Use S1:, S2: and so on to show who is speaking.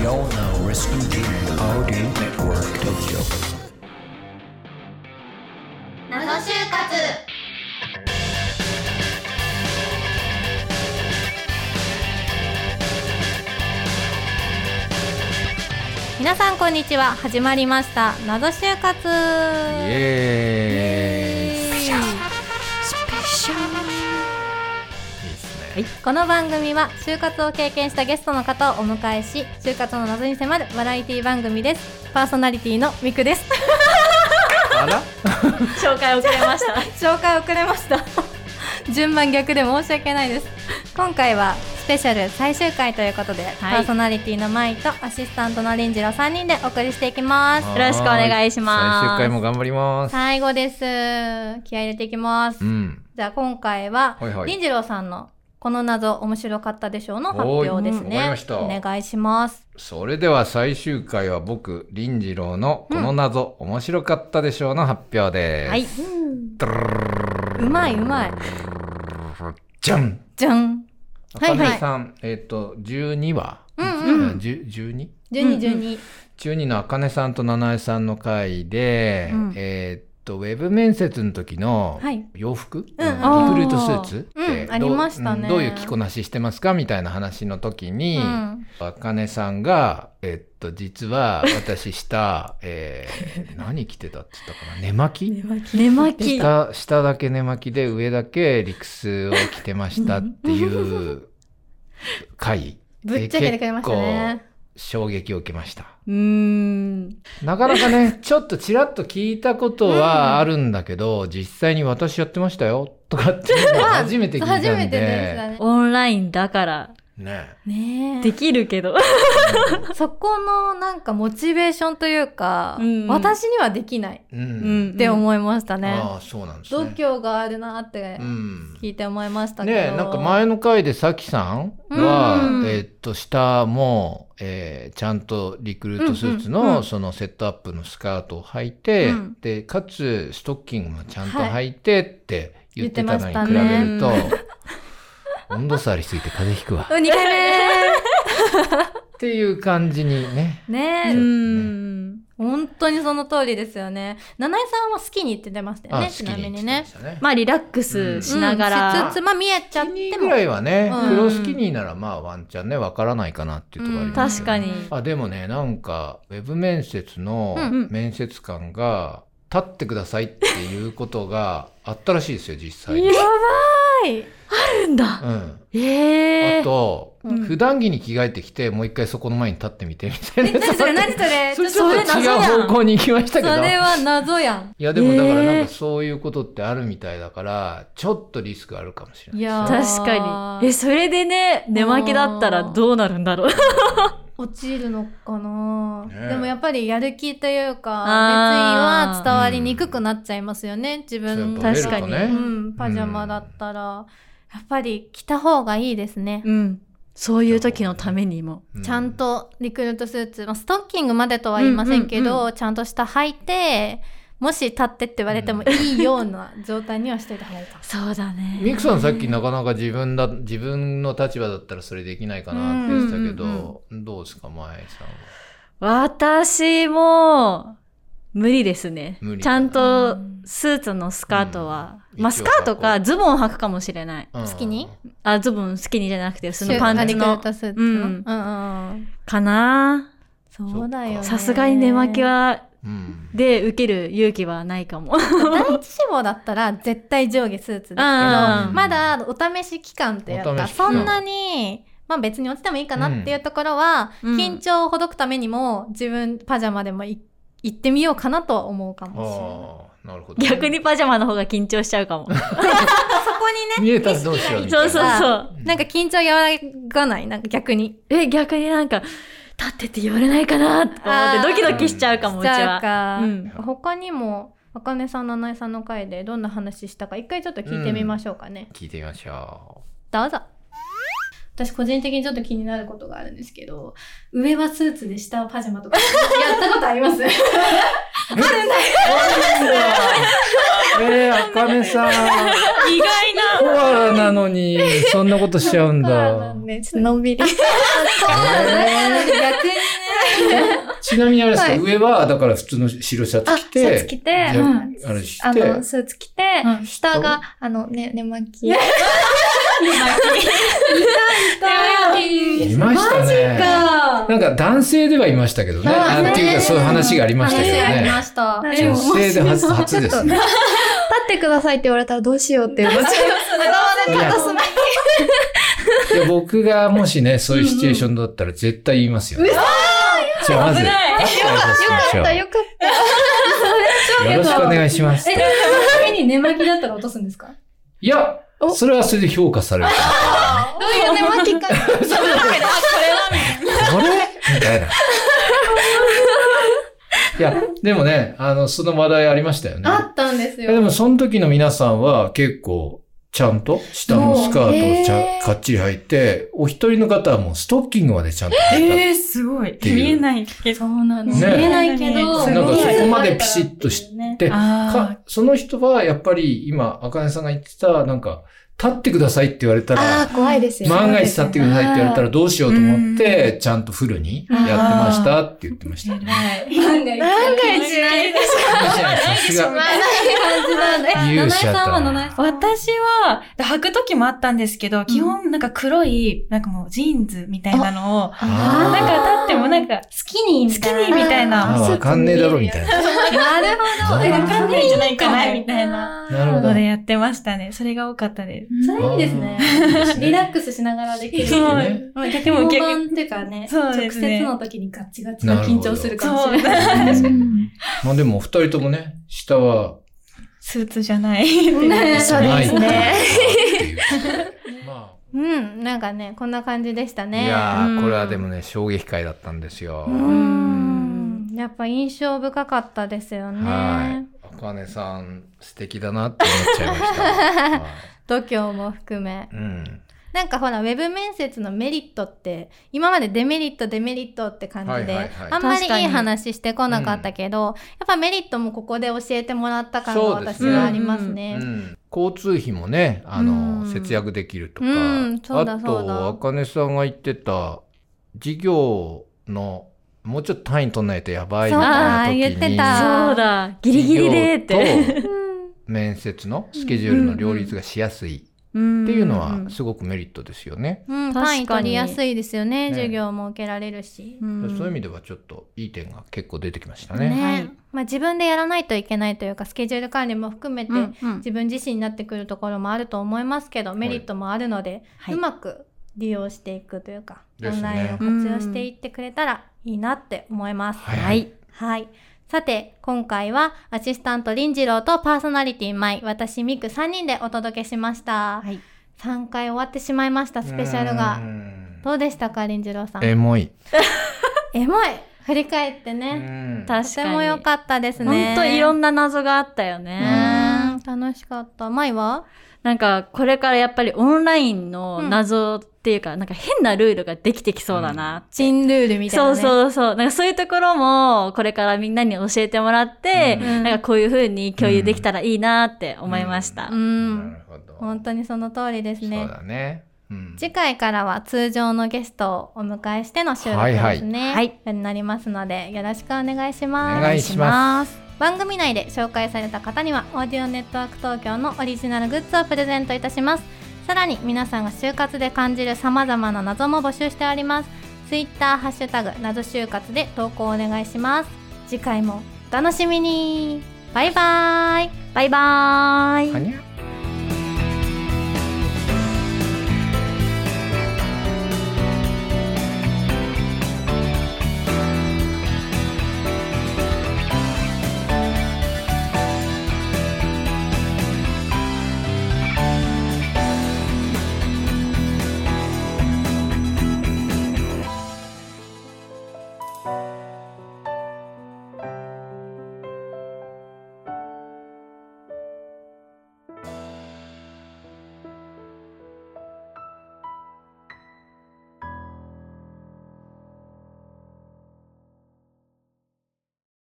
S1: You're now listening to Audio Network Tokyo.
S2: 謎就活
S3: 皆さんこんにちは始まりました謎就活
S4: イエーイいいですね、
S3: この番組は就活を経験したゲストの方をお迎えし就活の謎に迫るバラエティ番組ですパーソナリティのみくです
S4: あら
S5: 紹介遅れました。
S3: 紹介遅れました順番逆で申し訳ないです今回はスペシャル最終回ということで、
S5: はい
S3: パーソナリティのマイとアシスタントのリンジロ3人でお送りしていきます
S5: よろしくお願いしま
S4: 最
S5: す
S4: 終回も頑張ります
S3: 最後です気合い入れていきます
S4: うん
S3: じゃあ今回は、
S4: はいはい
S3: 林次郎さんのこの謎面白かったでしょうの発表です
S4: おーわかり
S3: ね
S4: ました。
S3: お願いします。
S4: それでは最終回は僕林次郎のこの謎、面白かったでしょうの発表です、
S3: はい。うまいうまい。
S4: じゃん
S3: じゃん。はいはい
S4: 茜さん、えっ、と12話、
S3: うん
S4: う
S3: うん。
S4: 12?
S3: 順に順に。
S4: 中二のあかねさんと七重さんの会で、
S3: うん
S4: えーっとウェブ面接の時の
S3: はい
S4: 洋服、リク
S3: うん
S4: ルートスーツ
S3: あー
S4: って
S3: うん
S4: ど
S3: ありましたね
S4: うんどういう着こなししてますかみたいな話の時に、
S3: うん
S4: あかねさんが「えーっと実は私した、えー 何着てた?」って言ったかな寝巻き
S3: 寝巻き。
S4: 下下だけ寝巻きで上だけ理屈を着てましたっていう回
S3: ぶっちゃけてくれましたね。
S4: 衝撃を受けました。
S5: うーん。
S4: なかなか ね、ちょっとちらっと聞いたことはあるんだけど、実際に私やってましたよとかって いうのは初めて聞いたんで。
S3: 初めてでし
S5: オンラインだから、
S4: ね
S3: たね。ね
S5: できるけど。
S3: え。そこのなんかモチベーションというか
S5: うん、
S3: 私にはできない
S4: え。うん。
S3: って
S5: う。
S3: 思いましたね。
S4: ああ、そうなんです
S3: 度
S4: ね。
S3: 胸があるなって
S4: うん。
S3: 聞いて思いましたけど。
S4: ねえ、なんか前の回でさきさん
S3: う
S4: は、
S3: ん
S4: えーっと、下も、えーちゃんとリクルートスーツ
S3: うんうんうん
S4: のそのセットアップのスカートを履いて、
S3: うん
S4: で、かつストッキングもちゃんと履いてって言ってたのに
S3: はい
S4: 比べると、
S5: 言って
S4: 温度差ありすぎて風邪ひく わ。
S3: うん。2回目
S4: っていう感じにね。
S3: ねえ
S5: う。
S4: ん
S5: ん。
S3: 本当にその通りですよね。七重さんは好きにって出ましたよ
S4: あ
S3: ね、
S4: 好
S3: ち
S4: き
S3: な
S4: に
S3: み
S4: 言って
S3: に
S4: ま
S3: ね
S4: し。たね。
S5: まあ、リラックスしなが
S3: うん
S5: ら
S3: しつ。つ、まあ見えちゃ
S4: ス
S3: っ
S4: キニ
S3: て
S4: ーぐ
S3: も
S4: ら。いはね、
S3: うん
S4: 黒スキニーならまあワンチャンね、わからないかなっていうところあります
S5: 確
S4: よ
S5: か
S4: ね。
S5: に。
S4: あ、でもね、なんか、ウェブ面接の
S3: うん
S5: うん
S4: 面接官が、立ってくださいっていうことがあったらしいですよ、実際に。
S3: や
S4: う
S3: ばい
S5: なんだ。
S4: ん。
S5: え
S4: あ
S5: え。
S4: と、
S3: うん
S4: 普段着に着替えてきて、もう一回そこの前に立ってみてみたいな。
S3: 何それ何それ
S4: それち
S3: ちょ
S4: ょ
S3: っ
S4: っ
S3: と
S4: と
S3: それ謎
S4: 違う方向に行きました
S3: そ
S4: けど。
S3: れは謎やん。
S4: いやでもだから
S5: えー
S4: なんかそういうことってあるみたいだから、ちょっとリスクあるかもしれないい。
S3: やー
S5: 確かに。え、それでね、寝巻きだったらどうなるんだろう。
S3: 落ちるのかな、
S4: ねえ
S3: でもやっぱりやる気というか、
S5: あー
S3: 熱意は伝わりにくくなっちゃいますよね、自分の
S4: そうやっぱ
S5: 確かに
S4: 寝ると
S3: う
S4: ね
S3: ん、パジャマだったら。やっぱり着た方がいいですね。
S5: うん。そういう時のためにも。
S4: う
S3: ちゃんとリクルートスーツ、まあ、ストッキングまでとは言いませんけど、
S5: うんうん
S3: ちゃんと下履いて、もし立ってって言われてもいいような状態にはしといた方がいいか
S5: そうだね。
S4: ミクさんさっきなかなか自分だ自分の立場だったらそれできないかなって言ってたけ
S3: うんうん
S4: ど、どうですか前さんは。
S5: 私も、無理ですね
S4: 無理。
S5: ちゃん
S3: う
S5: と
S3: ん
S5: スーツのスカートは、
S4: うん
S5: まあ
S4: 一
S5: ス
S4: 応
S5: カートかズボン履くかもしれない。
S4: うん
S3: 好きに
S5: あ、ズボン好きにじゃなく て、そ
S3: な。
S5: のパンツ
S3: リクルー
S5: の、
S3: トスーツの。
S5: うん
S3: うんうん
S5: かな
S3: そうだよね、
S5: さすがに寝巻きは、
S4: うん。
S5: で受ける勇気はないかも。
S3: 第一志望だったら絶対上下スーツですけど
S5: あ
S4: ー
S3: まだお試し期間ってやっ
S4: お
S3: た
S4: 試し期
S3: そ
S4: 間
S3: んなに、まあ、別に落ちてもいいかなっていうところは、
S5: うん
S3: 緊張をほどくためにも自分パジャマでもい行ってみようかなとは思うかもしれない。
S4: ああ、なるほど。
S5: 逆にパジャマの方が緊張しちゃうかも。
S3: そこにね
S4: 見えたらどうしようみたい
S5: そう
S4: な。
S5: そうそう。
S4: うん
S3: なんか緊張和らがないなんか逆に。
S5: え、逆になんか、立ってって言われないかなとか思って
S3: あー
S5: ドキドキしちゃうかも、うちは。
S3: か
S5: うん
S3: 他にも、あかねさん、七重さんの回でどんな話したか、一回ちょっと聞いてみましょうかね。
S4: 聞いてみましょ
S3: どうぞ。私個人的にちょっと気になること があるんですけど、上はスーツで下はパジャマとか、やったことあります
S4: あるんだえー、あかねさん、
S5: 意外な。
S4: コアラなのに、そんなことしちゃうんだ。
S3: ね、ちょっとのんびり。
S2: 逆にね。
S4: ちなみにあれですか、上は、だから普通の白シャツ着
S2: スー
S4: て、
S2: ツ着て、
S4: じゃ
S5: うん
S4: あれし
S2: あ
S4: て、
S2: の、スーツ着て
S5: う、ん
S2: 下が、あの、ね、寝巻き。
S4: いましたね。なんか男性ではいましたけどね。あっていうかそういう話がありましたけど
S3: あり
S4: ね。
S3: ました。
S2: ね
S4: 女性で初初ですね。
S2: 立ってくださいって言われたらどうしようって思っちゃいます。頭で片隅に。
S4: いや僕がもしね、そういうシチュエーションだったら絶対言いますよ、ね。じゃあまず、
S5: 危ない
S4: 立って挨拶しましょう
S2: よかった、よかっ
S4: よろしくお願いします。
S3: え、でも、ちなみに寝巻きだったら落とすんですか
S4: いや、
S2: お
S4: それはそれで評価される。
S2: た。どういう寝巻きか。
S4: あれみたいな。いや、でもね、あの、その話題ありましたよね。
S2: あったんです
S4: いやで
S2: よ。
S4: もその時の皆さんは結構ちゃんと下のスカートをち
S2: へ
S4: ゃ
S2: ー
S4: かっちり履いて、お一人の方はもうストッキングまでちゃんと履いて
S5: えー、すごい。
S4: いう
S5: 見えないけど。そうなの
S4: ね見え
S3: ないけど
S4: た。
S3: す
S4: な
S3: ご
S4: ん
S3: い
S4: かそこまで
S3: ね
S4: ピシッとし
S2: ね
S4: て、
S5: あ
S4: かその人はやっぱり今、あかねさんが言ってた、なんか、立ってくださいって言われたら、
S2: ああ、怖いですよね。
S4: 万が一立ってくださいって言われたらどうしようと思っ
S5: そうです
S4: て、ちゃんとフルにやってましたって言ってました。い
S3: 万が一。
S2: 万が一ないで
S4: い
S2: し
S4: じゃないさす
S2: ょうが
S4: が。
S2: ない。
S3: 感じなんで。え、
S4: 勇
S3: 七井
S4: 者だ
S3: さんは七井さん。
S5: 私は、で履く時もあったんですけど、基本なんか黒い、なんかもうジーンズみたいなのを、
S4: あ
S5: なん
S4: ー
S5: か立ってもなんか、
S3: スキニー
S5: スキニーみた
S4: あ
S5: いな。
S4: ーわかんねえだろみたいな。
S3: なるほど。
S5: わかんないんじゃないかな、みたいな。
S3: な
S4: なるほど
S5: のでやってましたね。それが多かったです。
S3: それいいですね。リラックスしながらできる。
S5: そう
S4: いいね
S3: まあ逆
S5: でも
S3: に
S5: 逆
S3: 本番っていうかね、
S5: そう
S3: 直
S5: ですね
S3: 接の時にガッチガチの 緊張するかもしれない。
S4: うんまあでも、お二人ともね、下は、
S5: スーツじゃない。
S2: ねそうですね。
S4: ま
S3: うん、なんかね、こんな感じでした
S4: あ、
S3: ね。
S4: いや
S5: う
S4: ー、
S5: ん
S4: これはでもね、衝撃会だったんですよ。
S3: う
S4: は
S3: ん。やっぱ印象深かったですよ
S4: い。
S3: ね。
S4: あかねさん、素敵だなって思っちゃい ました。はい
S3: 度胸も含め。
S4: うん。
S3: なんかほら、ウェブ面接のメリットって、今までデメリット、デメリットって感じで、
S4: はいはいはい
S3: あんまり
S5: 確か
S3: いい
S5: に
S3: 話してこなかったけど、やっぱメリットもここで教えてもらった感が
S4: そうで
S3: 私
S4: すね
S3: はあります
S4: う
S3: ね。
S4: ん交通費もね、あの、
S3: うん
S4: 節約できると
S3: うんそ
S4: か、
S3: うだ
S4: あ
S3: そうだ
S4: と、あかねさんが言ってた、事業の、もうちょっと単位取んないとやばいみた
S3: そ
S4: いな時
S3: う
S4: に。
S3: 言ってた
S5: そうだ。ギリギリでって。
S4: 事業と 面接のスケジュールの両立がしやすいっていうのはすごくメリットですよね。
S3: うん、
S5: 確か
S3: 単
S5: に
S3: 位取りやすいですよね。
S4: ね
S3: 授業も受けられるし。
S5: うん
S4: そういう意味ではちょっといい点が結構出てきました
S3: ね、
S4: ね。
S5: はい
S3: まあ自分でやらないといけないというか、スケジュール管理も含めて、
S5: うんうん
S3: 自分自身になってくるところもあると思いますけど、メリットもあるので、
S5: はいう
S3: まく利用していくというか、
S4: で
S3: オ
S4: す
S3: ン
S4: ね
S3: ラインを活用していってくれたらいいなって思います。
S4: はい
S5: はい。
S3: はい。さて、今回はアシスタント林次郎とパーソナリティ舞、私ミク3人でお届けしました。
S5: はい
S3: 3回終わってしまいました、スペシャルが
S4: う。ん
S3: どうでしたか、林次郎さん。
S4: エモい。
S3: エモい振り返ってね。
S4: うん
S5: 確
S3: と
S5: か
S3: て
S5: に。
S3: も良かったですね。
S5: 本当いろ
S3: ん
S5: んな謎があったよね。
S3: ね。楽しかった。舞は
S5: なんか、これからやっぱりオンラインの謎っていうか、なんか変なルールができてきそうだな。
S3: 新ルールみたいな、
S5: そ
S3: ね。
S5: うそうそう。なんかそういうところも、これからみんなに教えてもらって、
S4: うん
S5: なんかこういう風に共有できたらいいなって思いました。
S3: う
S4: なん
S3: ん。
S4: るほど。
S3: 本当にその通りですね。
S4: そうだね。うん
S3: 次回からは通常のゲストをお迎えしての収録ですね。
S5: はいはい
S3: になりますので、よろしくお願いします。。
S4: お願いします
S3: 番組内で紹介された方には、オーディオネットワーク東京のオリジナルグッズをプレゼントいたします。さらに皆さんが就活で感じる様々な謎も募集しております。ツイッターハッシュタグ、謎就活で投稿お願いします。次回もお楽しみにバイバーイ
S5: バイバーイ。
S4: はにゃ